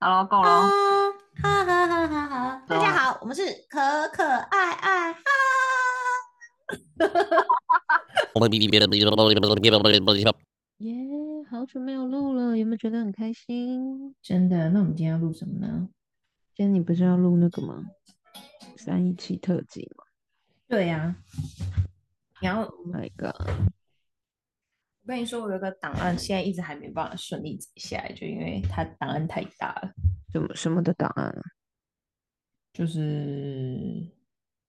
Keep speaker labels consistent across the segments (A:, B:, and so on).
A: 好了，够
B: 啊
A: 了。，
B: 哈哈哈哈哈！大家好，我们是可可爱爱哈。
C: 耶好久没有录了，有没有觉得很开心？
D: 真的，那我们今天要录什么呢？
C: 今天你不是要录那个吗？三一七特辑吗
D: 对呀、你要
C: ？Oh my god！
D: 我跟你说，我有个档案现在一直还没办法顺利载下来，就因为它档案太大了。
C: 什么什么的档案啊？
D: 就是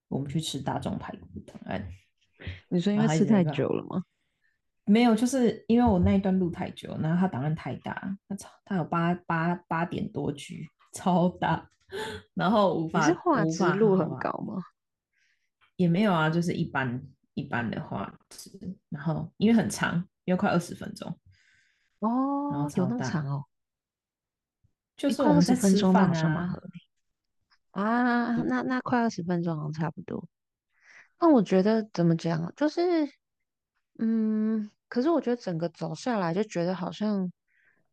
D: 我们去吃大众排骨的档案，
C: 你说因
D: 我
C: 为
D: 还
C: 吃
D: 以为
C: 太
D: 吧
C: 久了吗？
D: 没有，就是因为我那一段录太久，然后它档案太大，它超它有八八八点多 G，超 大，然后无
C: 你
D: 法
C: 是画
D: 无啊
C: 质
D: 法
C: 录
D: 好
C: 很
D: 好
C: 高吗？
D: 也没有啊，就是一般一般的画质，然后因为很长，因为快二十分钟，然后
C: 哦，有
D: 超
C: 那么
D: 大
C: 长哦？
D: 就是
C: 快
D: 我们
C: 20
D: 在
C: 分
D: 吃
C: 钟那
D: 饭
C: 好像蛮
D: 啊
C: 合，啊，那那快二十分钟好像差不多。那我觉得怎么讲，就是，嗯，可是我觉得整个走下来就觉得好像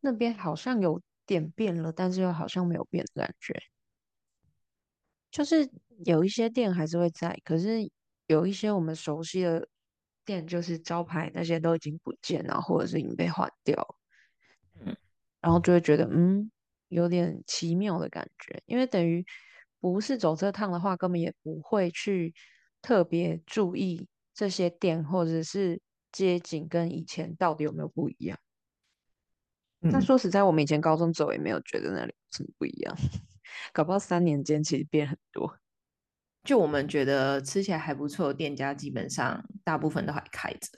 C: 那边好像有点变了，但是又好像没有变的感觉。就是有一些店还是会在，可是有一些我们熟悉的店，就是招牌那些都已经不见了，或者是已经被换掉了，
D: 嗯，
C: 然后就会觉得嗯，有点奇妙的感觉，因为等于不是走这趟的话，根本也不会去特别注意这些店或者是街景跟以前到底有没有不一样。那
D: 嗯
C: 说实在，我们以前高中走也没有觉得那里有什么不一样，搞不好三年间其实变很多。
D: 就我们觉得吃起来还不错的店家，基本上大部分都还开着。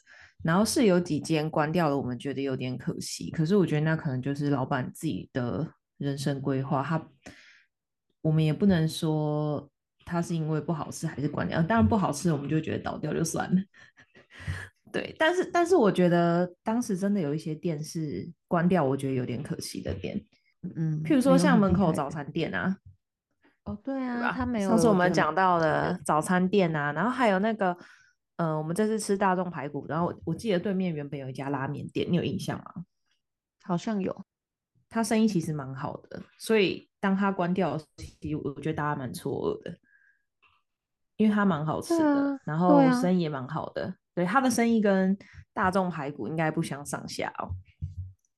D: 然后是有几间关掉了，我们觉得有点可惜。可是我觉得那可能就是老板自己的人生规划，他我们也不能说他是因为不好吃还是关掉。当然不好吃，我们就觉得倒掉就算了。 对，但是但是我觉得当时真的有一些店是关掉，我觉得有点可惜的店，
C: 嗯，
D: 譬如说
C: 没有
D: 像
C: 很
D: 门
C: 厉
D: 口
C: 害
D: 早
C: 的
D: 餐店啊，
C: 哦，对
D: 对
C: 啊，
D: 吧
C: 他没有。
D: 上次我
C: 觉
D: 们
C: 得
D: 讲
C: 蛮
D: 到
C: 厉害
D: 的
C: 的，
D: 早餐店啊，然后还有那个，呃，我们这次吃大众排骨，然后我我记得对面原本有一家拉面店，你有印象吗？
C: 好像有。
D: 他生意其实蛮好的，所以当他关掉的时候，其实我觉得大家蛮错愕的，因为它蛮好吃
C: 对
D: 的
C: 啊，对
D: 然后
C: 啊
D: 生意也蛮好的，对，他的生意跟大众排骨应该不相上下哦。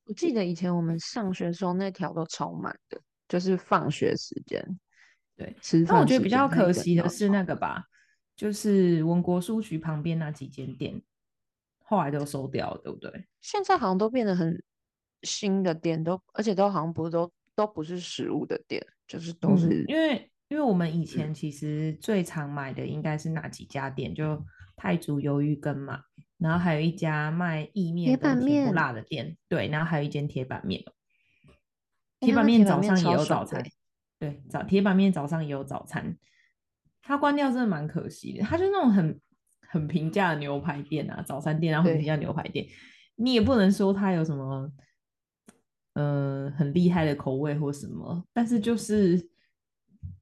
C: 我记得以前我们上学的时候那条都超满的，就是放学时间。
D: 对，
C: 吃
D: 但我
C: 饭
D: 觉得
C: 时
D: 比
C: 间
D: 较
C: 那一
D: 可
C: 整
D: 惜的
C: 条
D: 是
C: 超
D: 那个吧，就是文国书局旁边那几间店，后来都收掉了，对不对？
C: 现在好像都变得很新的店，都而且都好像不都都不是食物的店，就是都
D: 嗯
C: 是嗯
D: 因为因为我们以前其实最常买的应该是哪几家店？就泰竹鱿鱼羹嘛，然后还有一家卖意面
C: 铁板
D: 跟甜不
C: 面
D: 辣的店，对，然后还有一间铁板面，
C: 哎
D: 铁
C: 那那
D: 板面
C: 铁板
D: 早
C: 面
D: 上也
C: 超
D: 有
C: 爽
D: 早
C: 的
D: 餐
C: 欸，
D: 对，早铁板面早上也有早餐，它关掉真的蛮可惜的，它就那种很很平价的牛排店啊，早餐店，然后很平
C: 对
D: 价牛排店，你也不能说它有什么，嗯、很厉害的口味或什么，但是就是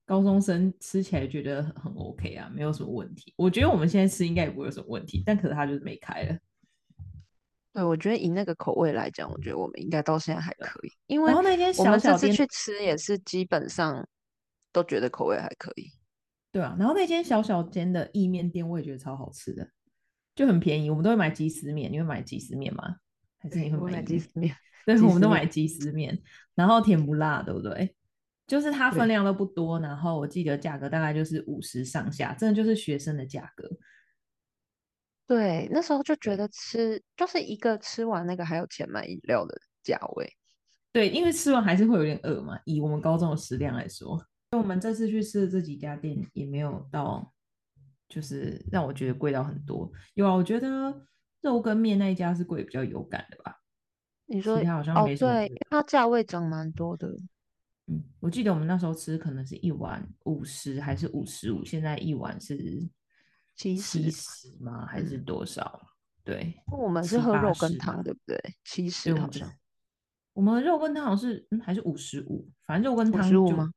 D: 高中生吃起来觉得很很 OK 啊，没有什么问题。我觉得我们现在吃应该也不会有什么问题，但可是它就是没开了。
C: 对，我觉得以那个口味来讲，我觉得我们应该到现在还可以，因为
D: 啊然后那间
C: 我
D: 小
C: 们这
D: 小
C: 次
D: 店，
C: 去吃也是基本上都觉得口味还可以。
D: 对啊，然后那间小小间的意面店，我也觉得超好吃的，就很便宜。我们都会买鸡丝面，你会买鸡丝面吗？还是你
C: 我
D: 会
C: 买
D: 买意
C: 鸡
D: 面
C: 丝面，
D: 对，
C: 鸡
D: 我们
C: 丝
D: 都
C: 面
D: 买鸡丝面，然后甜不辣，对不对？就是它分
C: 对
D: 量都不多，然后我记得价格大概就是五十上下，真的就是学生的价格。
C: 对，那时候就觉
D: 对
C: 得吃就是一个吃完那个还有钱买饮料的价位。
D: 对，因为吃完还是会有点饿嘛，以我们高中的食量来说，我们这次去吃的这几家店也没有到，就是让我觉得贵到很多。有啊，我觉得肉跟面那一家是贵比较有感的吧，
C: 你
D: 其
C: 说
D: 他好像
C: 哦，
D: 没什么
C: 对，因
D: 贵。
C: 为它价位涨蛮多的。
D: 嗯，我记得我们那时候吃可能是一碗五十还是五十五，现在一碗是
C: 70
D: 七十嗯吗？还是多少？对，
C: 我们是
D: 七
C: 喝
D: 八
C: 肉
D: 十
C: 羹
D: 吧
C: 汤，对不对？七
D: 所以
C: 十
D: 我
C: 好
D: 们这
C: 像
D: 我们的肉羹汤好像是嗯还是五十五，反正肉羹汤
C: 55
D: 就
C: 吗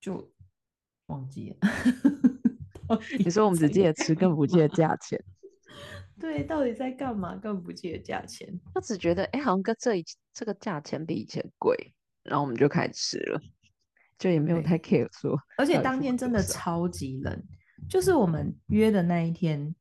D: 就忘记了。 到底
C: 你说我们只
D: 在
C: 记得吃，
D: 干
C: 更不记得
D: 嘛
C: 价钱，
D: 对，到底在干嘛？更不记得价钱。
C: 就只觉得哎，诶好像跟这一这个价钱比以前贵。然后我们就开始吃了，就也没有
D: 对
C: 太 care 说
D: 而且
C: 到底
D: 当
C: 付
D: 天
C: 了
D: 真
C: 多
D: 的
C: 少
D: 超级冷，就是我们约的那一天，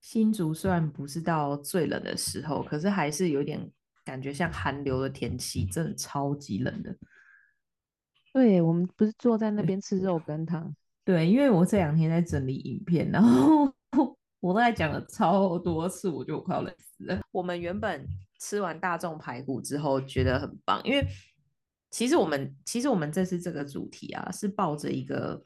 D: 新竹虽然不是到最冷的时候，可是还是有点感觉像寒流的天气，真的超级冷的。
C: 对，我们不是坐在那
D: 对
C: 边吃肉羹汤，
D: 对，因为我这两天在整理影片，然后 我大概讲了超多次，我觉得我快要累死了。我们原本吃完大众排骨之后觉得很棒，因为其实我们其实我们这次这个主题啊，是抱着一个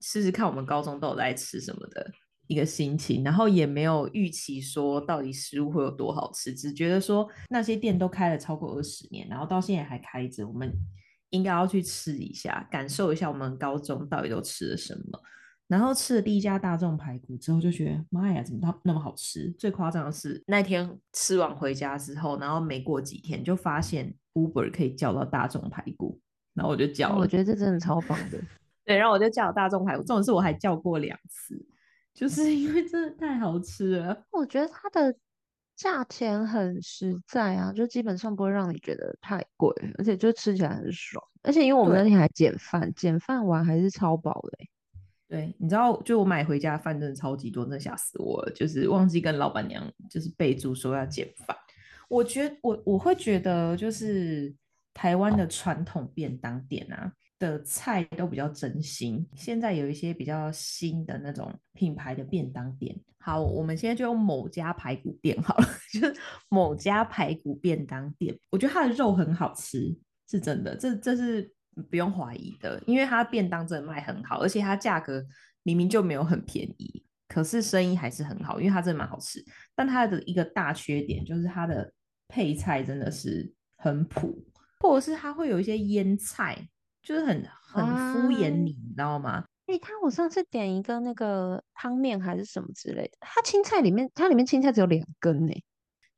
D: 试试看我们高中都有在吃什么的一个心情，然后也没有预期说到底食物会有多好吃，只觉得说那些店都开了超过二十年，然后到现在还开着，我们应该要去吃一下，感受一下我们高中到底都吃了什么。然后吃了第一家大众排骨之后，就觉得妈呀，怎么它那么好吃？最夸张的是那天吃完回家之后，然后没过几天就发现 Uber 可以叫到大众排骨，然后我就叫了。
C: 哦我觉得这真的超棒的。
D: 对，然后我就叫大众排骨，重点是我还叫过两次，就是因为真的太好吃了。
C: 我觉得它的价钱很实在啊，就基本上不会让你觉得太贵，而且就吃起来很爽。而且因为我们那
D: 对
C: 天还减饭，减饭完还是超饱的欸、
D: 对，你知道，就我买回家的饭真的超级多，真的吓死我了，就是忘记跟老板娘就是备注说要减饭。我觉得我我会觉得就是台湾的传统便当店啊的菜都比较真心，现在有一些比较新的那种品牌的便当店。好，我们现在就用某家排骨店好了， 就是某家排骨便当店，我觉得它的肉很好吃，是真的，这这是不用怀疑的，因为它便当真的卖很好，而且它价格明明就没有很便宜，可是生意还是很好，因为它真的蛮好吃。但它的一个大缺点就是它的配菜真的是很普，或者是它会有一些腌菜，就是很很敷衍
C: 啊
D: 你，你知道吗？
C: 诶、它我上次点一个那个汤面还是什么之类的，它青菜里面它里面青菜只有两根欸呢、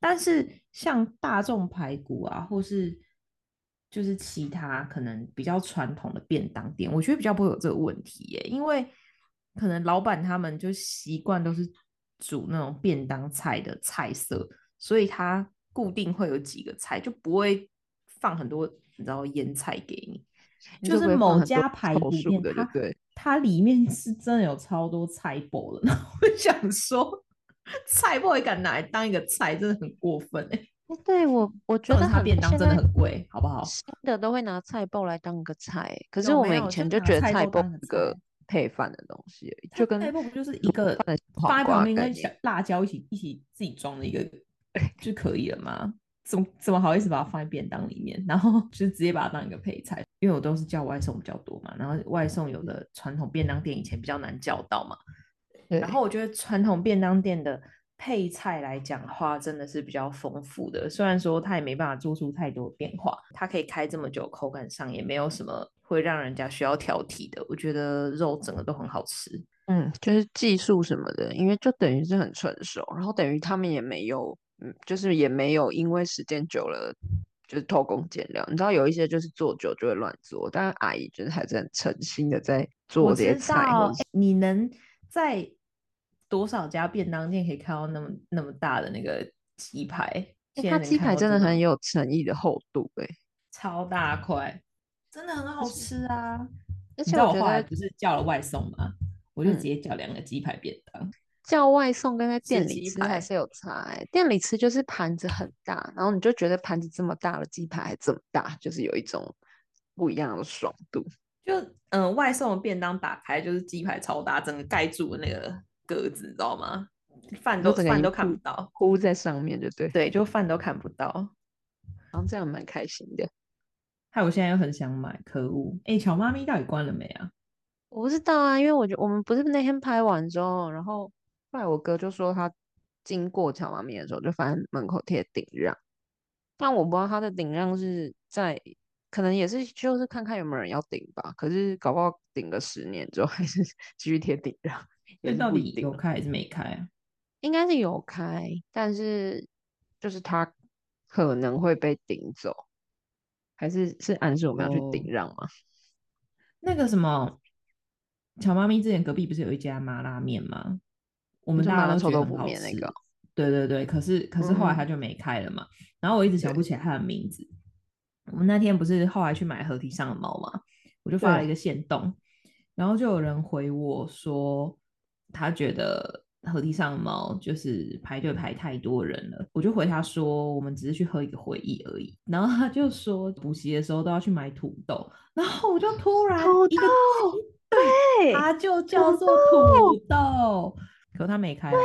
D: 但是像大众排骨啊，或是就是其他可能比较传统的便当店，我觉得比较不会有这个问题耶，因为可能老板他们就习惯都是煮那种便当菜的菜色，所以它固定会有几个菜，就不会放很多你知道腌菜给你。
C: 你
D: 就
C: 就不
D: 是
C: 会放
D: 某
C: 很多
D: 家排
C: 超
D: 骨
C: 数
D: 店，
C: 的就
D: 它
C: 对
D: 它里面是真的有超多菜包了。然后我想说，菜包也敢拿来当一个菜，真的很过分哎、欸！
C: 诶对我我觉
D: 重
C: 得
D: 点是它
C: 很
D: 便当
C: 现
D: 真的
C: 在
D: 很贵，好不好？
C: 新的都会拿菜包来当个菜欸，可是
D: 有
C: 我
D: 没
C: 们
D: 有
C: 以前
D: 就
C: 就
D: 拿
C: 觉得
D: 菜
C: 菜
D: 包
C: 包
D: 当个
C: 是个
D: 菜
C: 配饭的东西而已，
D: 它
C: 就跟
D: 菜包不就是一
C: 卤
D: 个
C: 饭的黄
D: 放在
C: 瓜
D: 旁边
C: 概
D: 跟
C: 念
D: 小辣椒一起一起自己装的一个就可以了吗？怎么怎么好意思把它放在便当里面，然后就直接把它当一个配菜？因为我都是叫外送比较多嘛，然后外送有的传统便当店以前比较难叫到嘛，
C: 对
D: 然后我觉得传统便当店的配菜来讲的话，真的是比较丰富的。虽然说它也没办法做出太多变化，它可以开这么久，口感上也没有什么会让人家需要挑剔的。我觉得肉整个都很好吃。
C: 嗯，就是技术什么的，因为就等于是很成熟，然后等于他们也没有，嗯，就是也没有因为时间久了就是偷工减料。你知道有一些就是做久就会乱做，但阿姨就是还是很诚心的在做
D: 我
C: 这些
D: 知
C: 菜或
D: 道
C: 者是，
D: 欸你能在多少家便当店可以看到那么那么大的那个鸡排？
C: 欸
D: 现
C: 它
D: 在能
C: 鸡
D: 看
C: 排
D: 到
C: 真
D: 这
C: 的
D: 么
C: 很有诚意的厚度哎、
D: 超大块，真的很好吃啊！
C: 而
D: 你
C: 且
D: 知道
C: 我
D: 我
C: 觉
D: 后来
C: 得
D: 不是叫了外送吗？我就直
C: 嗯
D: 接叫两个鸡排便当。
C: 叫外送跟在
D: 吃
C: 店
D: 鸡
C: 里吃还
D: 排
C: 是有差欸店里吃就是盘子很大，然后你就觉得盘子这么大了，鸡排还这么大，就是有一种不一样的爽度。
D: 就嗯、呃外送的便当打开就是鸡排超大，整个盖住那个格子，你知道吗？饭
C: 你
D: 都
C: 说整个
D: 饭
C: 已
D: 都
C: 经
D: 看
C: 铺
D: 不到，
C: 糊在上面，就对。
D: 对，就饭都看不到。
C: 然后这样蛮开心的。
D: 害我现在又很想买，可恶！哎、乔妈咪到底关了没啊？
C: 我不知道啊，因为我觉我们不是那天拍完之后，然后后来我哥就说他经过荞麻面的时候，就发现门口贴顶让，但我不知道他的顶让是在，可能也是就是看看有没有人要顶吧。可是搞不好顶个十年之后还是 继续贴顶让，也
D: 那
C: 是
D: 到
C: 不
D: 底
C: 一定
D: 有。开还是没开啊？
C: 应该是有开，但是就是他可能会被顶走，还是是暗示我们要去顶
D: 哦
C: 让吗？
D: 那个什么，乔妈咪之前隔壁不是有一家麻辣面吗？我们
C: 就
D: 大
C: 麻
D: 家
C: 辣
D: 都
C: 臭
D: 觉
C: 豆
D: 得很
C: 腐
D: 好
C: 面那
D: 吃
C: 个。
D: 对对对，可是可是后来
C: 嗯
D: 它就没开了嘛，然后我一直想不起来它的名字，我们那天不是后来去买合体上的猫嘛，我就发了一
C: 对
D: 个线动，然后就有人回我说，他觉得合体上的猫就是排队排太多人了。我就回他说，我们只是去喝一个回忆而已。然后他就说，补习的时候都要去买土豆，然后我就突然
C: 土
D: 一个
C: 豆
D: 对，
C: 对
D: 它就叫
C: 土
D: 做土豆，可他没开啊。
C: 对，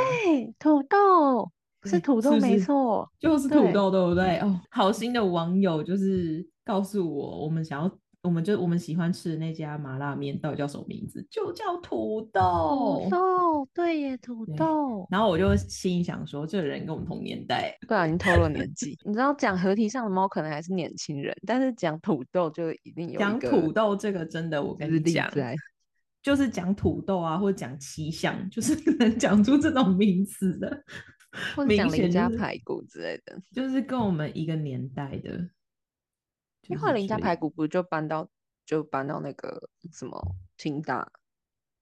C: 哎土豆是
D: 对
C: 土
D: 是
C: 豆
D: 不
C: 没
D: 是
C: 错，
D: 就是
C: 对嗯
D: 土豆，对不对？哦，好心的网友就是告诉我，我们想要，我们就我们喜欢吃的那家麻辣面到底叫什么名字？就叫土豆
C: 土。豆哦对耶，土
D: 对
C: 豆。
D: 然后我就心里想说，这人跟我们同年代，
C: 不小心透露年纪，你知道讲合体上的猫可能还是年轻人，但是讲土豆就一定有一
D: 讲
C: 个
D: 土豆这个真的，我跟
C: 资
D: 你
C: 历
D: 讲，
C: 在
D: 就是讲土豆啊，或者讲七象，就是能讲出这种名词的，
C: 或者
D: 明
C: 讲邻
D: 显
C: 家
D: 就是
C: 排骨之类的。
D: 就是跟我们一个年代的。
C: 因为
D: 就
C: 后来
D: 是
C: 邻家
D: 这
C: 排
D: 样
C: 骨不就搬到就搬到那个什么清大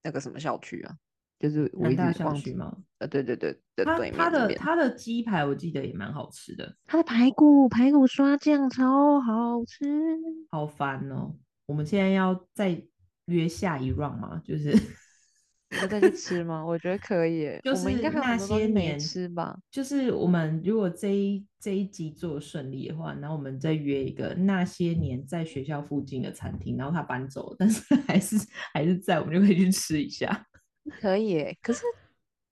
C: 那个什么校区啊？就是我
D: 南
C: 一
D: 大
C: 直
D: 校
C: 忘
D: 区
C: 记，
D: 吗？
C: 呃，对对对的
D: 它
C: 对面
D: 它
C: 那
D: 的
C: 边，
D: 它的鸡排我记得也蛮好吃的，
C: 它的排骨排骨刷酱超好吃，
D: 好烦哦！我们现在要再约下一 round 吗？就是
C: 要再去吃吗？我觉得可以耶，
D: 就
C: 我们应该
D: 是
C: 还有
D: 那
C: 很多东
D: 些
C: 西没
D: 年
C: 吃吧？
D: 就是我们如果这一这一集做得顺利的话，然后我们再约一个那些年在学校附近的餐厅，然后他搬走了，但是还是还是在，我们就可以去吃 一下。
C: 可以耶，可是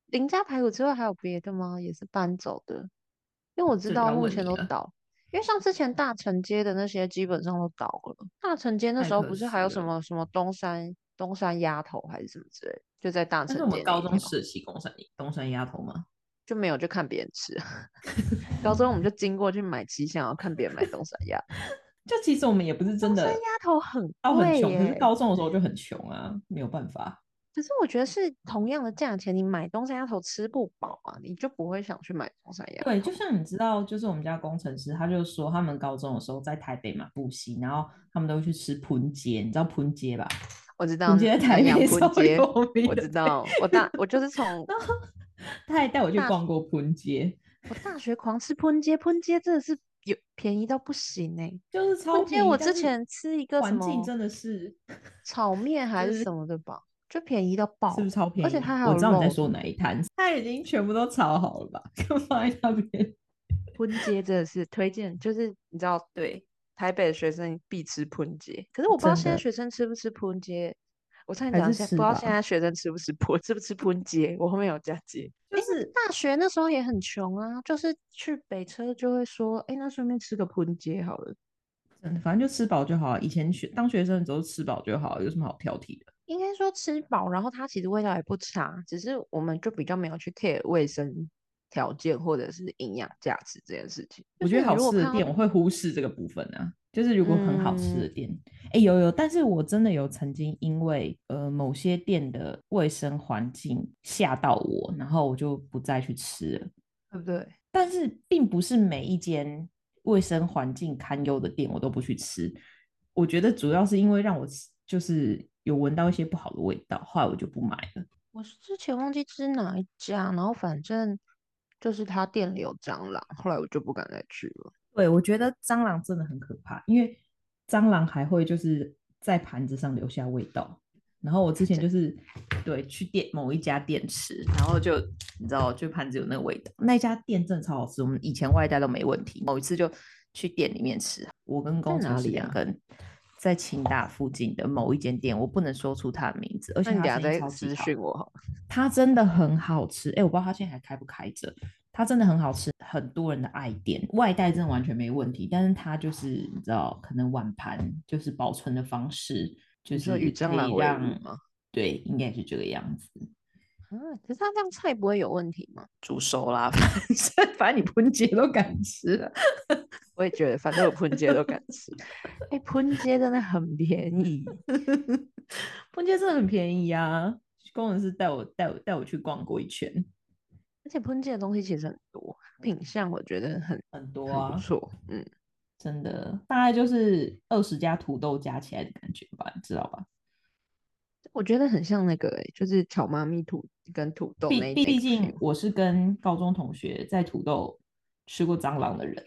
C: 林家排骨之外还有别的吗？也是搬走的，因为我知
D: 这就
C: 道
D: 要
C: 目
D: 问啊
C: 前
D: 你
C: 都
D: 了
C: 倒，因为像之前大城街的那些基本上都倒了。大城街那
D: 太
C: 时候
D: 可
C: 不是还有
D: 惜
C: 什
D: 了
C: 么什么东山东山鸭头还是什么之类的，就在大
D: 但是
C: 城
D: 我
C: 街
D: 们
C: 那
D: 高
C: 一
D: 中
C: 条
D: 时期东山东山丫头嘛，
C: 就没有，就看别人吃。 高中我们就经过去买鸡想要看别人买东山鸭，
D: 就其实我们也不是 真
C: 东山
D: 的
C: 鸭头很
D: 到很
C: 贵
D: 穷，可是
C: 耶
D: 高中的时候就很穷啊，没有办法。
C: 可是我觉得是同样的价钱，你买东山鸭头吃不饱啊，你就不会想去买东山鸭
D: 对，
C: 头
D: 就像你知道，就是我们家工程师，他就说他们高中的时候在台北嘛补习，然后他们都会去吃punj 街，你知道punj 街吧？
C: 我知道
D: 你街在台
C: 南
D: 北
C: 洋
D: 超
C: 街，
D: 有名
C: 我知
D: 的。
C: 道，我大我就是从
D: 然后他还带我去
C: 大
D: 逛过punj 街，
C: 我大学狂吃喷街，喷街真的是有便宜到不行哎、欸。
D: 就是超
C: 喷
D: 便
C: 街
D: 宜。
C: 我
D: 但
C: 之
D: 是
C: 前吃一个什
D: 环境
C: 么
D: 真的是
C: 炒面还
D: 就是是
C: 什么的吧，就便宜到爆，
D: 是不是超便宜？
C: 而且它还
D: 我
C: 有
D: 知道你在
C: 肉
D: 说哪一摊，他已经全部都炒好了吧？ 就放在那边。
C: 喷街真的是推荐，就是你知道
D: 对，
C: 台北的学生必吃喷街，可是我不知道
D: 真
C: 现在
D: 的
C: 学生吃不吃喷街。我差点
D: 还
C: 讲
D: 是
C: 现在
D: 吃
C: 不知道
D: 吧
C: 现在学生吃不吃喷 吃不吃喷街，我后面有加街。
D: 就是
C: 大学那时候也很穷啊，就是去北车就会说，哎、那顺便吃个喷街好了，
D: 真的，反正就吃饱就好啊了。以前学当学生的时候吃饱就好了，有什么好挑剔的？
C: 应该说吃饱，然后它其实味道也不差，只是我们就比较没有去 care 卫生条件或者是营养价值这件事情。就
D: 我觉
C: 是
D: 得好
C: 如果
D: 吃的
C: 看到
D: 店，我会忽视这个部分啊。就是如果很好吃的
C: 嗯
D: 店，哎、有有，但是我真的有曾经因为呃某些店的卫生环境吓到我，然后我就不再去吃了。
C: 对不对？
D: 但是并不是每一间卫生环境堪忧的店我都不去吃。我觉得主要是因为让我吃就是有闻到一些不好的味道，后来我就不买了。
C: 我是之前忘记吃哪一家，然后反正就是他店里有蟑螂，后来我就不敢再去了。
D: 对，我觉得蟑螂真的很可怕，因为蟑螂还会就是在盘子上留下味道。然后我之前就是对去店某一家店吃，然后就你知道，就盘子有那个味道。那家店真的超好吃，我们以前外带都没问题。某一次就去店里面吃，我跟工程
C: 哪
D: 师
C: 里
D: 两
C: 啊
D: 个人在清大附近的某一间店，我不能说出它的名字，而且
C: 那你
D: 它
C: 等下
D: 生
C: 再
D: 意超级
C: 私
D: 好。
C: 讯我好了。
D: 它真的很好吃，哎、我不知道它现在还开不开着。它真的很好吃，很多人的爱点，外带真的完全没问题。但是它就是你知道，可能碗盘就是保存的方式，就
C: 你说
D: 是
C: 与蟑
D: 可
C: 螂
D: 以
C: 为伍
D: 让
C: 吗？
D: 对，应该是这个样子。
C: 啊，可是他这样菜不会有问题吗？
D: 煮熟啦， 反正反正你不姐都敢吃了。
C: 我也觉得，反正 我喷街都敢吃。哎、喷街真的很便宜，
D: 不姐真的很便宜啊，工程师带我带我带我去逛过一圈，
C: 而且喷街的东西其实很多，品相我觉得很
D: 很多
C: 很不
D: 啊，
C: 错。嗯，
D: 真的，大概就是二十家土豆加起来的感觉吧，你知道吧？
C: 我觉得很像那个、欸，就是巧妈咪土跟土豆那
D: 毕
C: 一那
D: 毕毕
C: 个区
D: 竟我是跟高中同学在土豆吃过蟑螂的人，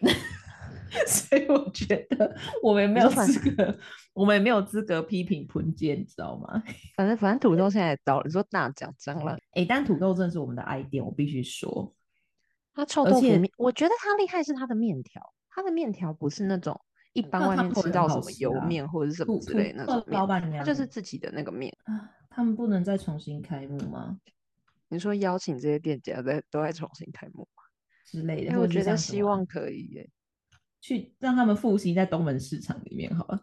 D: 所以我觉得我们没有
C: 你说反
D: 资格，我们也没有资格批评punj 姐，你知道吗？
C: 反正反正土豆现在也到了，你说大奖蟑螂，
D: 哎、但土豆真的是我们的爱店，我必须说，
C: 它臭
D: 而
C: 豆腐
D: 且
C: 面，我觉得它厉害是它的面条，它的面条不是那种一般
D: 嗯那
C: 外
D: 它
C: 面
D: 口
C: 吃
D: 也
C: 到
D: 很
C: 什
D: 好
C: 么
D: 吃
C: 油
D: 啊
C: 面或者是什
D: 土
C: 么之类的那
D: 土
C: 种
D: 豆老
C: 面，
D: 板
C: 它
D: 娘
C: 就是自己的那个面。
D: 啊，他们不能再重新开幕吗？
C: 你说邀请这些店家在都在重新开幕吗，
D: 之类的，
C: 哎，
D: 或
C: 我
D: 者是
C: 觉得
D: 像什
C: 希
D: 么
C: 望可以欸耶，
D: 去让他们复兴在东门市场里面好 了。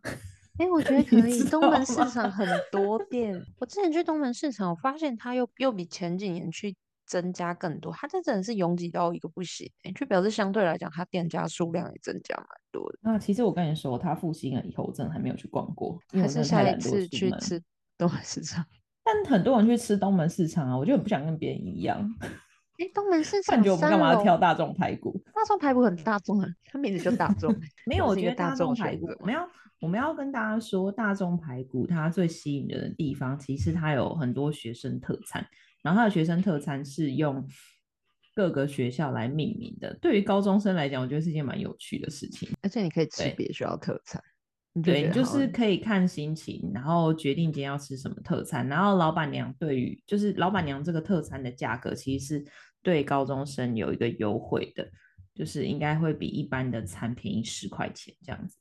C: 哎，我觉得
D: 你
C: 可以。
D: 知
C: 东
D: 道
C: 门市
D: 吗
C: 场很多店，我之前去东门市场，我发现它又又比前几年去增加更多，它这真的是拥挤到一个不行欸，就表示相对来讲，它店家数量也增加蛮多的。
D: 啊那其实我跟你说，它复兴了以后，我真的还没有去逛过，因
C: 还
D: 为我真
C: 是
D: 嗯的太
C: 下一
D: 懒惰
C: 次
D: 出
C: 去
D: 门。
C: 吃东门市 场？
D: 但很多人去吃东门市场啊，我就很不想跟别人一样。
C: 哎，东门市
D: 感
C: 场
D: 觉我们干
C: 三
D: 嘛要
C: 楼
D: 挑大众排骨？
C: 大众排骨很大众啊，它名字就大众欸，
D: 没
C: 它
D: 有，
C: 不
D: 我
C: 是一
D: 觉
C: 个
D: 得
C: 大
D: 大
C: 众
D: 众
C: 的
D: 排
C: 选
D: 骨
C: 择，
D: 我
C: 嘛
D: 们要我们要跟大家说，大众排骨它最吸引人的地方，其实它有很多学生特餐，然后它的学生特餐是用各个学校来命名的。对于高中生来讲，我觉得是一件蛮有趣的事情。
C: 而且你可以吃
D: 对
C: 别学校特产，你就
D: 对，
C: 觉
D: 你
C: 得
D: 就
C: 好
D: 是可以看心情，然后决定今天要吃什么特餐。然后老板娘对于就是老板娘这个特餐的价格，其实是对高中生有一个优惠的，就是应该会比一般的餐便宜十块钱这样子，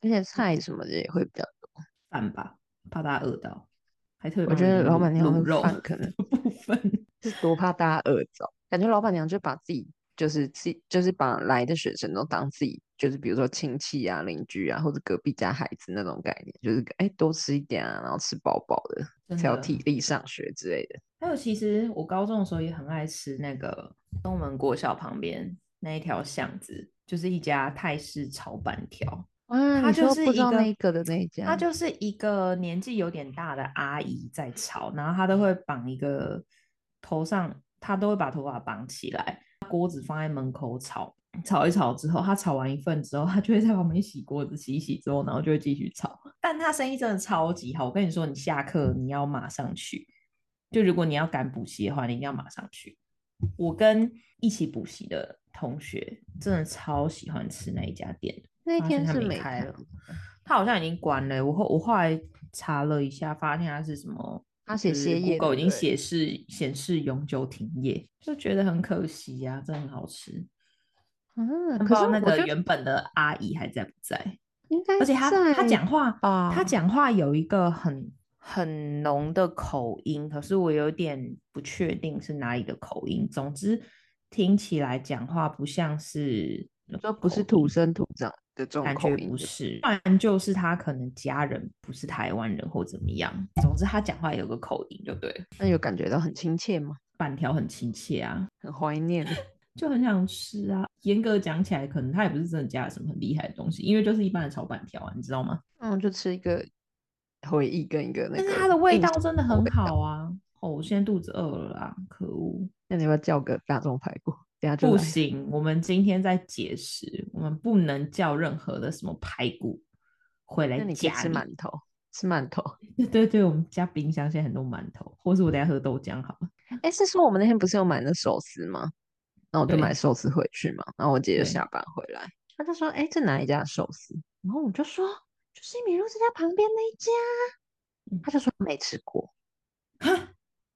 C: 而且菜什么的也会比较多。
D: 饭吧，怕大家饿到，还特别
C: 我
D: 帮
C: 觉
D: 你
C: 得
D: 们
C: 老
D: 卤
C: 板娘
D: 卤
C: 的
D: 肉
C: 饭可能
D: 的部 分。
C: 是多怕大家饿着，感觉老板娘就把自己就是自己就是把来的学生都当自己就是比如说亲戚啊、邻居啊，或者隔壁家孩子那种概念，就是哎多吃一点啊，然后吃饱饱的，
D: 真
C: 才有
D: 的
C: 体力上学之类的。
D: 还有，其实我高中的时候也很爱吃那个东门国小旁边那一条巷子，就是一家泰式炒板条。
C: 啊，
D: 它
C: 你
D: 就
C: 说
D: 是
C: 不
D: 一
C: 知道
D: 个
C: 那个的那一家，
D: 她就是一个年纪有点大的阿姨在炒，然后她都会绑一个头上，她都会把头发绑起来，锅子放在门口炒，炒一炒之后，她炒完一份之后，她就会在旁边洗锅子，洗一洗之后，然后就会继续炒。但她生意真的超级好，我跟你说，你下课你要马上去，就如果你要赶补习的话，你一定要马上去。我跟一起补习的同学真的超喜欢吃那一家店的。
C: 那
D: 发现
C: 天
D: 它
C: 是
D: 没
C: 没
D: 开
C: 了
D: 了，他好像已经关了欸。我后我后来查了一下，发现他是什么，
C: 他写
D: 就是
C: 歇业
D: Google
C: 对
D: 已经
C: 不对
D: 显示显示永久停业，就觉得很可惜呀、真的很好吃。
C: 嗯，
D: 不
C: 可是
D: 知道那
C: 我
D: 个
C: 觉得
D: 原本的阿姨还在不在？
C: 应该
D: 而且他他
C: 在
D: 讲话，
C: 吧
D: 他讲话有一个很很浓的口音，可是我有点不确定是哪里的口音。总之听起来讲话不像是
C: 说不是
D: 口音
C: 土生土长的这种
D: 感
C: 口
D: 觉
C: 音
D: 不
C: 的
D: 是，不然就是他可能家人不是台湾人或怎么样。总之他讲话有个口音，就对了，
C: 那有感觉到很亲切吗？
D: 板条很亲切啊，
C: 很怀 念。
D: 就很想吃啊。严格讲起来，可能他也不是真的加了什么很厉害的东西，因为就是一般的炒板条啊，你知道吗？
C: 嗯，就吃一个回忆跟一个那
D: 但
C: 个，
D: 是它的味道。真的
C: 口
D: 很
C: 味道
D: 好啊。哦，我现在肚子饿了啦，可恶！
C: 那你要不要叫个大众排骨？等下就
D: 不
C: 来
D: 行，我们今天在节食，我们不能叫任何的什么排骨回来
C: 那你可以
D: 夹
C: 吃
D: 你。
C: 馒头，吃馒 头。
D: 对对对，我们家冰箱现在很多馒头，或是我等一下喝豆浆好了。
C: 哎，是说我们那天不是有买那寿司吗？然后我就买
D: 对
C: 寿司回去嘛。然后我姐就
D: 对
C: 下班回来，她就说：“哎，这哪一家的寿司？”然后我就说：“就西米露这家旁边那一家。
D: 嗯”
C: 她就说没吃过，
D: 哈，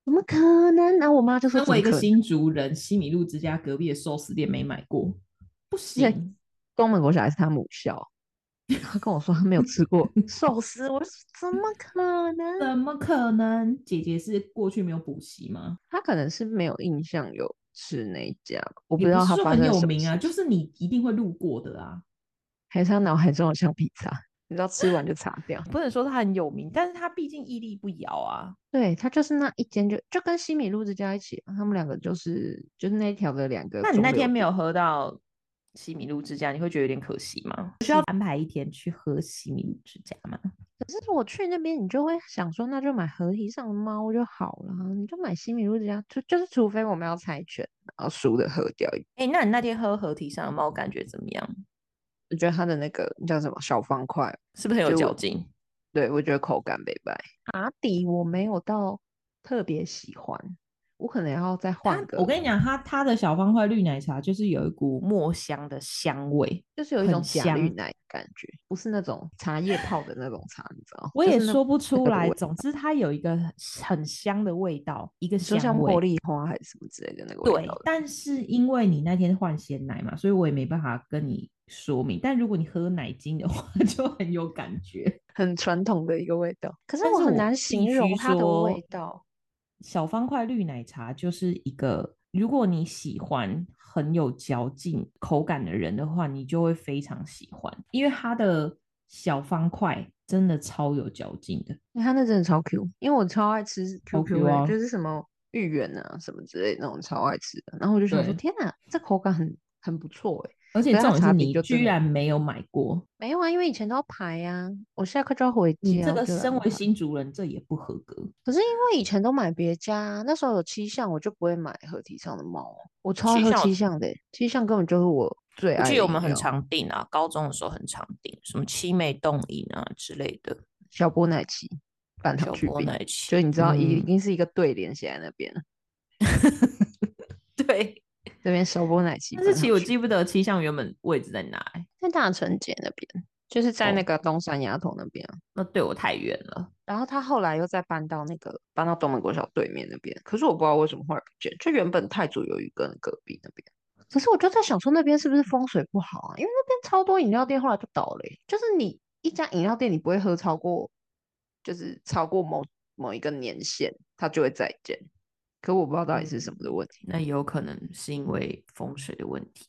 C: 怎么可能？然后我妈就说：“
D: 身
C: 怎么
D: 为一个
C: 可能？
D: 新竹人，西米露之家隔壁的寿司店没买过，不行。
C: 东门国小还是她母校。” 她跟我说她没有吃过寿司，我就说怎么可能？
D: 怎么可能？姐姐是过去没有补习吗？
C: 他可能是没有印象有吃那一家吧，我
D: 我
C: 不知道他发
D: 很
C: 生了
D: 有
C: 什么
D: 名啊，
C: 事，
D: 就是你一定会路过的啊。
C: 还是他脑海中有橡皮擦，你知道吃完就擦掉。
D: 不能说它很有名，但是它毕竟屹立不摇啊。
C: 对他就是那一间就就跟西米露之家一起，他们两个就是就是那一条的两个。
D: 那你那天没有喝到西米露之家，你会觉得有点可惜吗？需要安排一天去喝西米露之家吗？
C: 可是我去那边，你就会想说，那就买合体上的猫就好了啊，你就买西米露之家，就就是除非我们要猜拳，然后输的喝掉一。
D: 哎、那你那天喝合体上的猫感觉怎么样？
C: 我觉得它的那个叫什么小方块，
D: 是不是很有
C: 就
D: 嚼劲？
C: 对我觉得口感美白。打底我没有到特别喜欢，我可能要再
D: 它
C: 换个。
D: 我跟你讲，它它的小方块绿奶茶就是有一股墨香的香味。
C: 就是有一
D: 很
C: 种假绿
D: 香
C: 奶的感觉，不是那种茶叶泡的那种茶，你知道吗？
D: 我
C: 就
D: 也
C: 是那
D: 说不出
C: 个
D: 来，
C: 味
D: 总之它有一个很很香的味道，一个
C: 你说像
D: 香
C: 茉
D: 味。
C: 莉花还是什么之类的那个味
D: 对
C: 道，的。
D: 但是因为你那天换鲜奶嘛，所以我也没办法跟你说明。但如果你喝奶精的话， 就很有感觉。
C: 很传统的一个味道。可是
D: 但
C: 我
D: 是
C: 很
D: 我
C: 难
D: 必
C: 形容
D: 须
C: 它的
D: 说
C: 味道。。
D: 小方块绿奶茶就是一个，如果你喜欢很有嚼劲口感的人的话，你就会非常喜欢，因为它的小方块真的超有嚼劲的。
C: 因为它那真的超 Q，因为我超爱吃
D: 超
C: QQ
D: Q
C: 的，
D: 啊
C: 就是什么芋圆啊什么之类的那种超爱吃的。然后我就想说，
D: 对
C: 天哪，这口感很很不错哎。
D: 而且
C: 可
D: 这
C: 是它
D: 种
C: 茶
D: 是
C: 饼
D: 你
C: 就真
D: 居
C: 的
D: 然没有买过，
C: 没有啊，因为以前都要排呀、我下课就要回
D: 你
C: 家。
D: 这个
C: 就懒
D: 身
C: 得
D: 为
C: 排
D: 新竹人，这也不合格。
C: 可是因为以前都买别家啊，那时候有七项，我就不会买合体上的猫啊。我超爱
D: 七
C: 喝
D: 项我
C: 七项的欸，七项根本就是我最
A: 我
C: 爱
A: 记
C: 的
A: 得我
C: 饮
A: 们很
C: 料
A: 常订啊，高中的时候很常订什么七美冻饮啊之类的，
C: 小波奶奇、半糖
A: 小
C: 去
A: 波
C: 冰，
A: 奶奇
C: 就。你知道，已已
D: 嗯
C: 经是一个对联写在那边了。
A: 对，
C: 这边小波奶奇，
D: 但是
C: 半
D: 其实
C: 糖
D: 我
C: 去
D: 记不得七巷原本位置在哪、欸，
C: 在大城街那边，就是在
D: 哦
C: 那个东山丫头那边啊、
D: 那对我太远了。
C: 然后他后来又再搬到那个搬到东门国小对面那边，可是我不知道为什么后来不见，就原本太祖有一跟隔壁那边。可是我就在想说那边是不是风水不好啊？因为那边超多饮料店后来就倒了欸、就是你一家饮料店你不会喝超过，就是超过某某一个年限，它就会再见。可我不知道到底是什么的问题，
A: 那
D: 嗯
A: 有可能是因为风水的问题，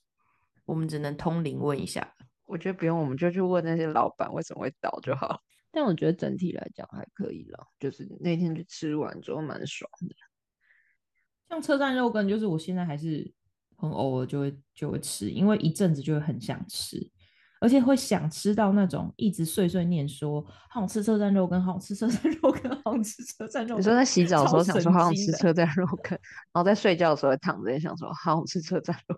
A: 我们只能通灵问一下。
C: 我觉得不用，我们就去问那些老板为什么会倒就好。但我觉得整体来讲还可以啦，就是那天去吃完之后蛮爽的。
D: 像车站肉羹，就是我现在还是很偶尔就会就会吃，因为一阵子就会很想吃，而且会想吃到那种一直碎碎念说好想吃车站肉羹，好想吃车站肉羹，好想吃车站肉羹。
C: 你说在洗澡的时
D: 超
C: 候想说
D: 神
C: 好想
D: 经
C: 吃
D: 的
C: 车站肉羹，然后在睡觉的时候躺着也想说好想吃车站肉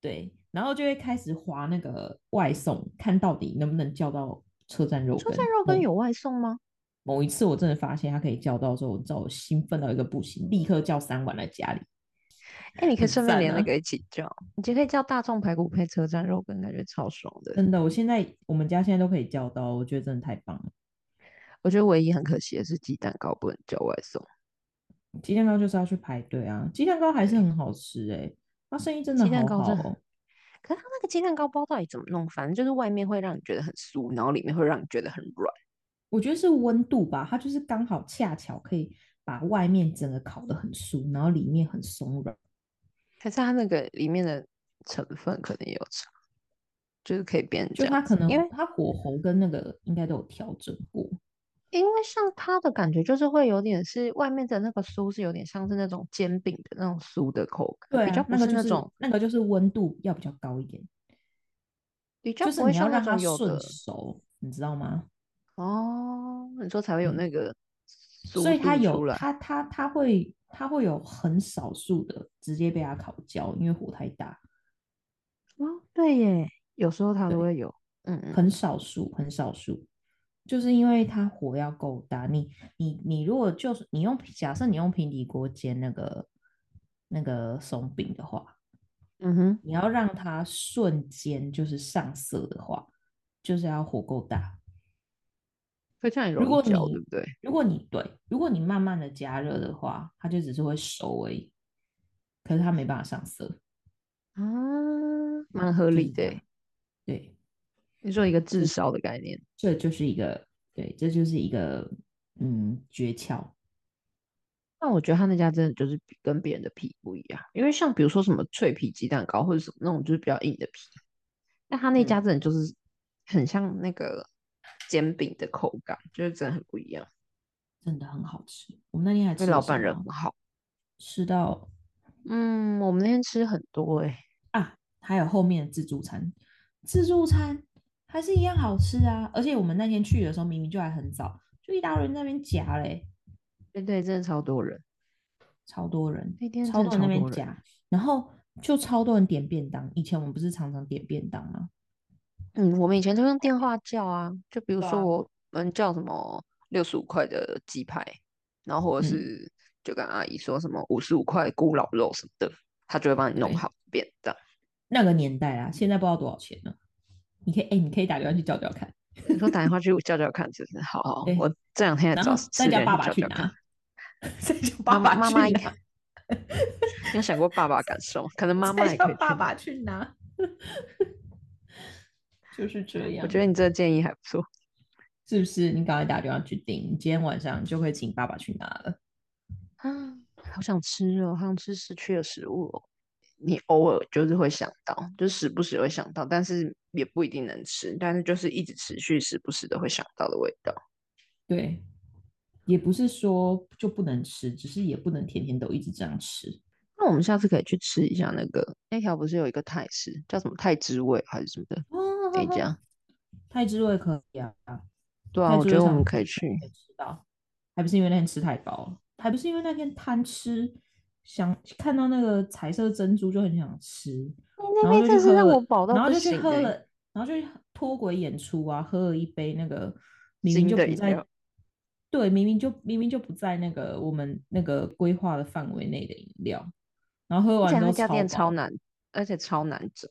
D: 对，然后就会开始划那个外送，看到底能不能叫到车站肉
C: 羹。
D: 羹。
C: 车站肉羹
D: 某
C: 有外送吗？
D: 某一次我真的发现它可以叫到之后，你知道我兴奋到一个不行，立刻叫三碗来家里。
C: 哎、你可以
D: 很
C: 顺便
D: 赞
C: 连那
D: 啊
C: 个一起叫，你就可以叫大众排骨配车站肉羹，感觉超爽的。
D: 真的，我现在我们家现在都可以叫到，我觉得真的太棒了。
C: 我觉得唯一很可惜的是鸡蛋糕不能叫外送，
D: 鸡蛋糕就是要去排队啊，鸡蛋糕还是很好吃哎、欸，它生意真的
C: 鸡蛋
D: 好
C: 糕
D: 好
C: 真的
D: 哦。
C: 可是它那个鸡蛋糕包到底怎么弄？反正就是外面会让你觉得很酥，然后里面会让你觉得很软。
D: 我觉得是温度吧，它就是刚好恰巧可以把外面整个烤得很酥，然后里面很松软。
C: 可是它那个里面的成分可能也有差，就是可以变成这
D: 就它
C: 样
D: 可
C: 子。
D: 能
C: 因为
D: 它火候跟那个应该都有调整过，
C: 因为像它的感觉就是会有点是外面的那个酥是有点像是那种煎饼的那种酥的口感，
D: 对
C: 比较
D: 啊，
C: 不
D: 那个
C: 是
D: 就
C: 那
D: 是
C: 种，
D: 那个就是温度要比较高一点，
C: 比较
D: 就
C: 不
D: 是
C: 会
D: 你要
C: 像那
D: 让它
C: 种有
D: 顺
C: 的
D: 熟，你知道吗？
C: 哦，你说才会有
D: 嗯
C: 那个酥
D: 所以它
C: 度
D: 有
C: 出来。
D: 它它它会它会有很少数的直接被它烤焦，因为火太大。
C: 哦，对耶，有时候它都
D: 对
C: 会有，嗯嗯，
D: 很少数，很少数，就是因为它火要够大。你你你如果就是你用假设你用平底锅煎那个那个松饼的话，
C: 嗯哼，
D: 你要让它瞬间就是上色的话，就是要火够大。
C: 会这样
D: 如
C: 容
D: 果
C: 易
D: 你
C: 焦，对不对？
D: 如果你对，如果你慢慢的加热的话，它就只是会熟而已，可是它没办法上色，
C: 啊，
D: 嗯
C: 蛮合
D: 就
C: 理
D: 是
C: 的
D: 这样
C: 耶。
D: 对，
C: 你说一个炙烧的概念，
D: 这就是一个对，这就是一个嗯诀窍。
C: 但我觉得他那家真的就是比跟别人的皮不一样，因为像比如说什么脆皮鸡蛋糕或者什么那种就是比较硬的皮，那他那
D: 嗯
C: 家真的就是很像那个煎饼的口感，就是真的很不一样。
D: 真的很好吃。我们那天还吃
C: 对
D: 了
C: 老
D: 什
C: 板人
D: 么
C: 很好，
D: 吃到
C: 嗯，我们那天吃很多哎、
D: 啊，还有后面的自助餐，自助餐还是一样好吃啊。而且我们那天去的时候，明明就还很早，就一大堆人在那边夹嘞，
C: 对对，真的超多人，
D: 超多人，
C: 那天
D: 超
C: 真的
D: 多人
C: 超
D: 那
C: 多
D: 边
C: 人。
D: 夹，然后就超多人点便当。以前我们不是常常点便当吗？
C: 嗯，我们以前都用电话叫啊，就比如
D: 对
C: 说
D: 啊
C: 我们叫什么六十五块的鸡排，然后或者
D: 嗯
C: 是就跟阿姨说什么五十五块咕老肉什么的，她就会帮你弄
D: 对
C: 好便当。
D: 那个年代啊啦，现在不知道多少钱了。你可以哎、你可以打电话去叫叫看，
C: 你说打电话去叫叫看，就是好好
D: 对，
C: 我这两天也
D: 哎然
C: 找
D: 后
C: 吃
D: 再
C: 人
D: 叫
C: 去
D: 爸爸
C: 叫
D: 去
C: 叫看
D: 拿。， 再叫
C: 妈妈
D: 爸爸
C: 妈
D: 去
C: 妈
D: 拿，
C: 你有想过爸爸的感受吗？可能妈妈
D: 再
C: 也可以
D: 叫
C: 去
D: 爸
C: 拿
D: 爸去 拿，就是这样。
C: 我觉得你这个建议还不错。
D: 是不是？你赶快打电话去订，你今天晚上就会请爸爸去拿了。
C: 啊，好想吃哦，好想吃市区的食物哦。你偶尔就是会想到，就时不时会想到，但是也不一定能吃，但是就是一直持续时不时的会想到的味道。
D: 对，也不是说就不能吃，只是也不能天天都一直这样吃。
C: 那我们下次可以去吃一下那个那条，不是有一个泰式叫什么泰之味还是什么的
B: 哦
C: 那一家？
D: 太之味可以啊，
C: 对
D: 太
C: 啊，我
D: 之
C: 觉
D: 味
C: 得我
D: 上
C: 们
D: 次
C: 可以去。
D: 吃到，还不是因为那天吃太饱了，还不是因为那天贪吃，想看到那个彩色珍珠就很想吃，
C: 那
D: 然后
C: 边
D: 就
C: 真
D: 去
C: 是
D: 喝
C: 让
D: 了
C: 我饱到
D: 然后
C: 不
D: 就去
C: 行
D: 喝
C: 欸
D: 了，然后就去脱轨演出啊，喝了一杯那个明
C: 新
D: 明就
C: 的
D: 不
C: 饮
D: 在
C: 料，
D: 对，明明就明明就不在那个我们那个规划的范围内的饮料，然后喝
C: 而
D: 完
C: 且
D: 之后
C: 那家
D: 超
C: 店超
D: 饱，
C: 难，而且超难找。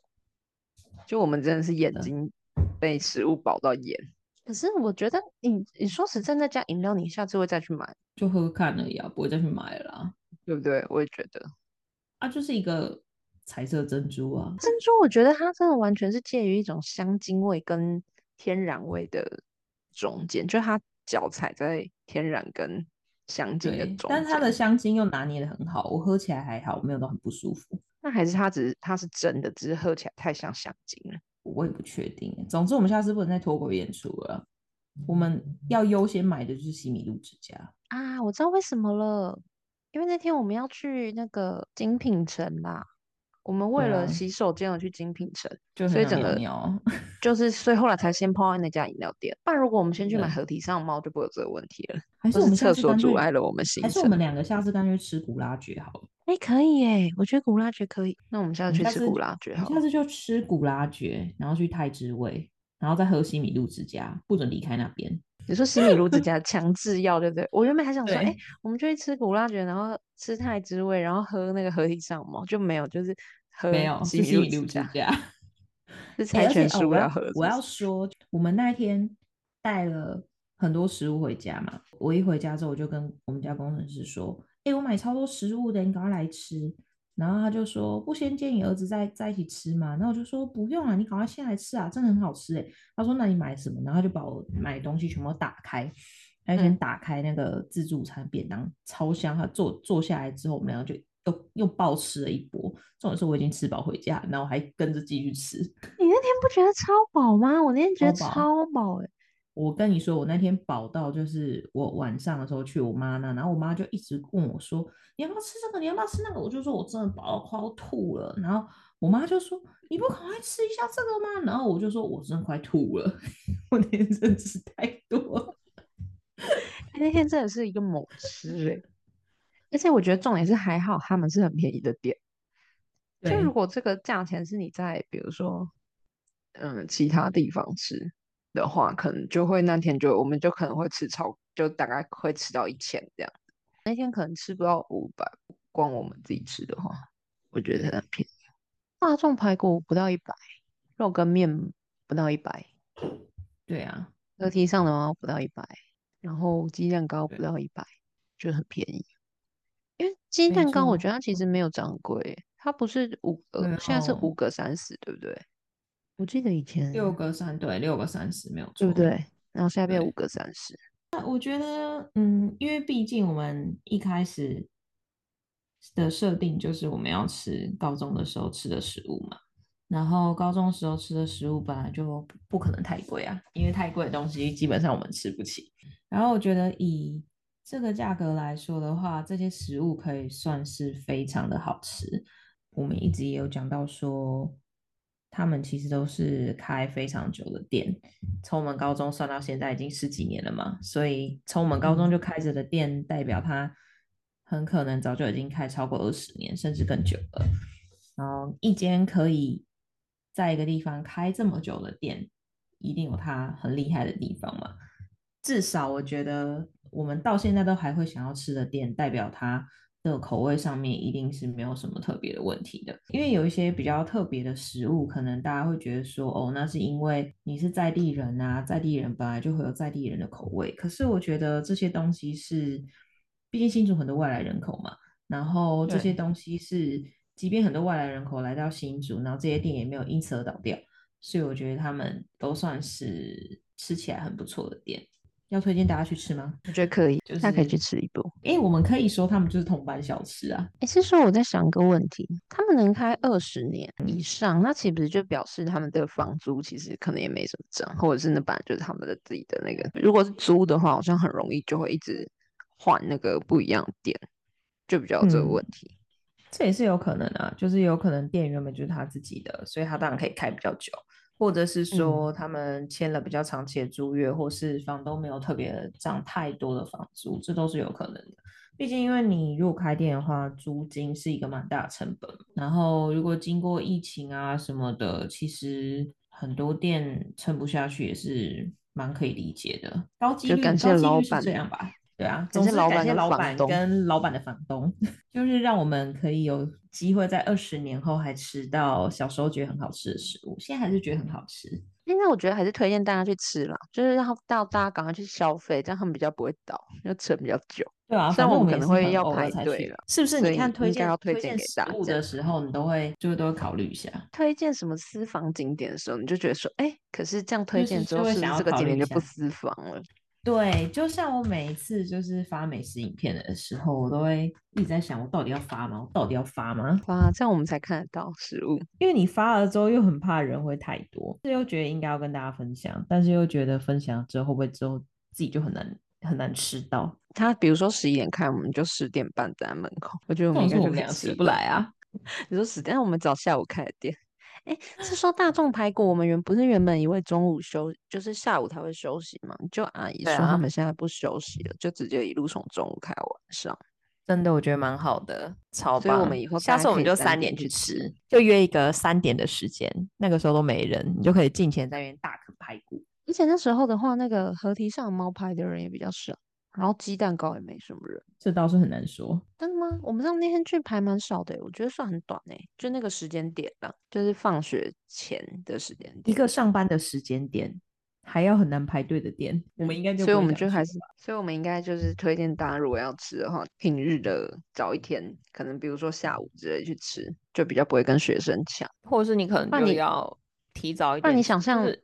C: 就我们真的是眼
D: 的
C: 睛被食物饱到眼。可是我觉得你你说实在那家饮料，你下次会再去买，
D: 就喝喝看而已啊，不会再去买了啦。
C: 对不对？我也觉得
D: 啊，就是一个彩色珍珠啊，
C: 珍珠，我觉得它真的完全是介于一种香精味跟天然味的中间，就它脚踩在天然跟香精的
D: 对，
C: 中
D: 但是它的
C: 间
D: 香精又拿捏的很好，我喝起来还好，没有到很不舒服，
C: 那还是它只是它是真的，只是喝起来太像香精了。
D: 我也不确定欸。总之，我们下次不能再脱轨演出了，我们要优先买的就是西米露之家。
C: 啊，我知道为什么了，因为那天我们要去那个精品城啦，我们为
D: 对
C: 了
D: 啊
C: 洗手间而去精品城，
D: 就
C: 所以
D: 很想
C: 整
D: 尿
C: 个
D: 尿啊，
C: 就是所以后来才先泡在那家饮料店。不然如果我们先去买
D: 对
C: 合体上猫，就不会有这个问题了，
D: 还
C: 就是
D: 我
C: 是
D: 们下
C: 厕
D: 次
C: 所
D: 干脆
C: 阻碍了我们行
D: 还是我
C: 程啊
D: 们两个下次干脆吃古拉爵好了。
C: 哎，可以耶，我觉得古拉爵可以。那我们下
D: 我
C: 次去
D: 们下
C: 吃
D: 次
C: 古拉爵
D: 我们
C: 好
D: 下
C: 了。
D: 次就吃古拉爵，然后去太之味，然后再喝西米露之家，不准离开那边。
C: 你说西米露之家强制要，对不对？我原本还想说，哎
D: 对，
C: 我们就去吃古拉爵，然后吃泰之味，然后喝那个合体上猫，就没有，就是喝
D: 没有，
C: 西
D: 是
C: 米
D: 西
C: 露
D: 米
C: 之
D: 露之
C: 家，
D: 家。
C: 是
D: 欸
C: 猜
D: 而且
C: 拳
D: 哦，
C: 输
D: 我
C: 了
D: 要
C: 喝的，
D: 我
C: 是不
D: 要
C: 是
D: 说，我们那天带了很多食物回家嘛。我一回家之后，我就跟我们家工程师说：“哎、我买超多食物的，你赶快来吃。”然后他就说：“不先接你儿子在在一起吃嘛？”然后我就说：“不用啊，你赶快先来吃啊，真的很好吃哎。”他说：“那你买什么？”然后他就把我买的东西全部打开。他就先
C: 嗯
D: 打开那个自助餐便当，超香。他坐坐下来之后，我们两个就又又暴吃了一波。重点是我已经吃饱回家，然后还跟着继续吃。
C: 你那天不觉得超饱吗？我那天觉得
D: 超饱
C: 超饱哎、
D: 我跟你说，我那天饱到就是我晚上的时候去我妈那，然后我妈就一直问我说：“你要不要吃这个？你要不要吃那个？”我就说我真的饱到快要吐了。然后我妈就说：“你不赶快吃一下这个吗？”然后我就说：“我真的快吐了， 我那天真的吃太多了。
C: 哎那天真的是一个猛吃哎、而且我觉得重点是还好他们是很便宜的店，”就
D: 对
C: 如果这个价钱是你在比如说嗯其他地方吃的话，可能就会那天就我们就可能会吃超，就大概会吃到一千这样，那天可能吃不到五百，光我们自己吃的话，我觉得很便宜。大众排骨不到一百，肉跟面不到一百。
D: 对啊，
C: 楼梯上的猫不到一百，然后鸡蛋糕不
D: 对
C: 到一百，就很便宜。因为鸡
D: 没
C: 蛋糕，我
D: 错
C: 觉得它其实没有涨很贵，它不是五
D: 没
C: 个，现在是
D: 有
C: 五个三十，对不对？哦我记得以前
D: 六个三对，六个三十没有
C: 对
D: 错，
C: 不对？然后现在变
D: 对
C: 五个三十，
D: 那我觉得，嗯，因为毕竟我们一开始的设定就是我们要吃高中的时候吃的食物嘛，然后高中时候吃的食物本来就不不可能太贵啊，因为太贵的东西基本上我们吃不起。然后我觉得以这个价格来说的话，这些食物可以算是非常的好吃。我们一直也有讲到说，他们其实都是开非常久的店，从我们高中算到现在已经十几年了嘛，所以从我们高中就开着的店，代表它很可能早就已经开超过二十年，甚至更久了。然后一间可以在一个地方开这么久的店，一定有它很厉害的地方嘛。至少我觉得我们到现在都还会想要吃的店，代表它的口味上面一定是没有什么特别的问题的。因为有一些比较特别的食物，可能大家会觉得说，哦，那是因为你是在地人啊，在地人本来就会有在地人的口味。可是我觉得这些东西是，毕竟新竹很多外来人口嘛，然后这些
A: 对
D: 东西是，即便很多外来人口来到新竹，然后这些店也没有因此而倒掉。所以我觉得他们都算是吃起来很不错的店，要推荐大家去吃吗？
C: 我觉得可以，
D: 就
C: 大家可以
D: 是
C: 去吃一波。
D: 诶，我们可以说他们就是同班小吃啊。
C: 诶，是说我在想一个问题，他们能开二十年
D: 嗯
C: 以上，那岂不是就表示他们的房租其实可能也没什么涨，或者是那本来就是他们的自己的那个，如果是租的话，好像很容易就会一直换那个不一样的店，就比较有这个
D: 嗯
C: 问题。
D: 这也是有可能啊，就是有可能店原本就是他自己的，所以他当然可以开比较久，或者是说他们签了比较长期的租约，或是房东没有特别涨太多的房租，这都是有可能的。毕竟，因为你如果开店的话，租金是一个蛮大的成本。然后，如果经过疫情啊什么的，其实很多店撑不下去也是蛮可以理解的。高几
C: 就
D: 率，
C: 感
D: 高
C: 谢
D: 几
C: 老
D: 率是
C: 板
D: 这样吧？对啊，
C: 感
D: 总
C: 谢
D: 之
C: 老
D: 感
C: 板
D: 谢
C: 跟
D: 老
C: 房
D: 板
C: 东
D: 跟老板的房东， 就是让我们可以有机会在二十年后还吃到小时候觉得很好吃的食物，现在还是觉得很好吃。
C: 诶那我觉得还是推荐大家去吃啦，就是让到大家赶快去消费，这样他们比较不会倒，要撑比较久。
D: 对啊，
C: 虽
D: 反
C: 然
D: 正
C: 我可
D: 们也
C: 能
D: 是
C: 会
D: 很
C: 要
D: 偶尔
C: 排
D: 才
C: 队
D: 去
C: 了
D: 是不是？
C: 所
D: 你
C: 以
D: 看
C: 应
D: 推
C: 该
D: 荐
C: 要推荐
D: 荐
C: 给
D: 食
C: 大
D: 物
C: 家
D: 的时候，你都会就都会考虑一下，
C: 推荐什么私房景点的时候，你就觉得说，哎、可是这样推
D: 就
C: 荐
D: 是
C: 之
D: 就
C: 后，
D: 会
C: 是不
D: 想
C: 是
D: 要
C: 这个
D: 考
C: 景
D: 虑
C: 点
D: 一
C: 就
D: 下
C: 不私房了？
D: 对，就像我每一次就是发美食影片的时候，我都会一直在想，我到底要发吗？我到底要发吗？
C: 哇，这样我们才看得到食物。
D: 因为你发了之后又很怕人会太多，是又觉得应该要跟大家分享，但是又觉得分享之后会不会之后自己就很难很难吃到？
C: 他比如说十一点开，我们就十点半在门口，我觉得我
D: 哦这
C: 们应该就
D: 种是我们
C: 可以
D: 俩
C: 吃
D: 起不来啊。
C: 到。你说十点，那我们早下午开的店。哎、是说
D: 嗯
C: 大众排骨，我们原不是原本以为中午休，就是下午才会休息嘛？就阿姨
D: 对
C: 说他
D: 啊
C: 们现在不休息了，就直接一路从中午开到晚上。
A: 真的我觉得蛮好的，超
C: 所以
A: 棒！
C: 我们以后
A: 下
C: 大
A: 次
C: 家
A: 我
C: 可
A: 们
C: 以
A: 就
C: 三
A: 三
C: 点
A: 点
C: 去
A: 去吃
C: 吃，
A: 就约一个三点的时间，那个时候都没人，你就可以尽情在那边大啃排骨。
C: 而且那时候的话，那个河堤上猫派的人也比较少，然后鸡蛋糕也没什么人。
D: 这倒是很难说。
C: 真的吗？我们上那天去排蛮少的欸，我觉得算很短诶，就那个时间点啦，就是放学前的时间
D: 一
C: 点。
D: 个上班的时间点，还要很难排队的店，我们应该就
C: 所以
D: 不
C: 我
D: 会
C: 们
D: 想
C: 就
D: 去
C: 还
D: 了
C: 是，所以我们应该就是推荐大家，如果要吃的话，平日的早一天，可能比如说下午之类去吃，就比较不会跟学生抢。
A: 或者是你可
C: 那
A: 能就
C: 你
A: 要提早一
C: 那
A: 点。
C: 你想象
A: 就是，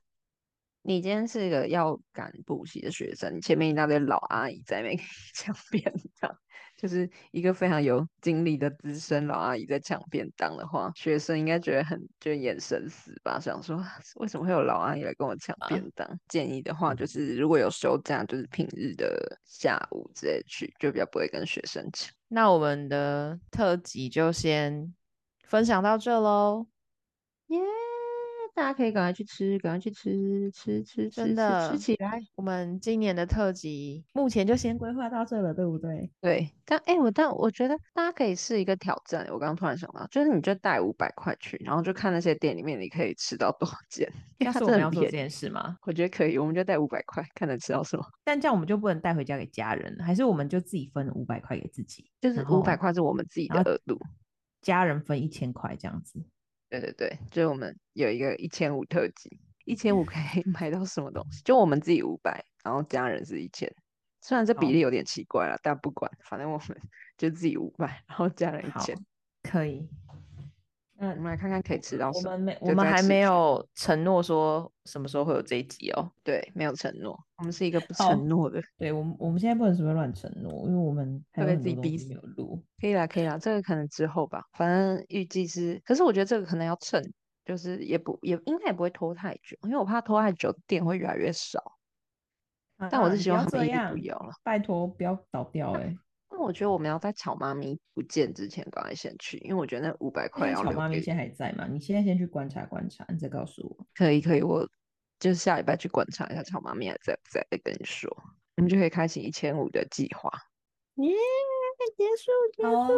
C: 你今天是一个要赶补习的学生，你前面一大堆老阿姨在那边 抢便当，就是一个非常有经历的资深老阿姨在抢便当的话，学生应该觉得很就眼神死吧，想说为什么会有老阿姨来跟我抢便当？建议的话就是如果有休假，就是平日的下午之类去，就比较不会跟学生抢。
A: 那我们的特辑就先分享到这喽。
C: 耶、大家可以赶快去吃，赶快去吃，吃吃吃
A: 真
C: 吃
A: 的
C: 吃起来。
A: 我们今年的特辑目前就先规划到这了，对不 对？
C: 对，但哎、我但我觉得大家可以是一个挑战。我刚刚突然想到，就是你就带五百块去，然后就看那些店里面你可以吃到多少件，因为
D: 要
C: 它
D: 是
C: 真
D: 我
C: 的
D: 们
C: 很
D: 要做这
C: 便宜。
D: 件事吗？
C: 我觉得可以，我们就带五百块，看能吃到什么。
D: 但这样我们就不能带回家给家人，还是我们就自己分五百块给自己，
C: 就是
D: 然
C: 五百
D: 后
C: 块是我们自己的
D: 然后
C: 额度。
D: 家人分一千块这样子。
C: 对对对，就是我们有一个一千五特辑，一千五可以 买到什么东西？就我们自己五百，然后家人是一千。虽然这比
D: 好
C: 例有点奇怪了，但不管，反正我们 就自己五百，然后家人一
D: 好
C: 千。，
D: 可以。
C: 我们来看看可以吃到
A: 我
C: 什么。
A: 们没，
C: 就
A: 我们
C: 再
A: 还
C: 吃
A: 没
C: 一下
A: 有承诺说什么时候会有这一集哦。
C: 对，没有承诺，我们是一个不
D: 好
C: 承诺的。
D: 对我们，我们现在不能随便乱承诺，因为我们还有
C: 会被
D: 很
C: 自己
D: 多
C: 逼
D: 东西
C: 死
D: 没有录。
C: 可以啦，可以啦，这个可能之后吧，反正预计是，可是我觉得这个可能要趁，就是也不也应该也不会拖太久，因为我怕拖太久店会越来越少。但我
D: 啊
C: 是
D: 你
C: 希
D: 不
C: 望
D: 要
C: 他们
D: 这
C: 一定不
D: 样，
C: 要了。
D: 拜托不要倒掉哎、欸！
C: 那我觉得我们要在巧妈咪不见之前，赶快先去，因为我觉得那五百块
D: 那
C: 要
D: 巧
C: 留
D: 妈咪
C: 给。
D: 现在还在吗？你现在先去观察观察，你再告诉我。
C: 可以可以，我就下礼拜去观察一下巧妈咪还在不在，再跟你说，我们就可以开启一千五的计划。
A: 耶，结束，结
B: 好哦
A: 束。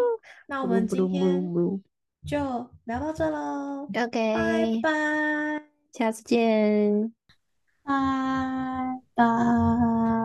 B: 那我们今天
C: 不噜
B: 就聊到这喽，拜
E: OK，
B: 拜
E: 下次见。
B: 拜拜。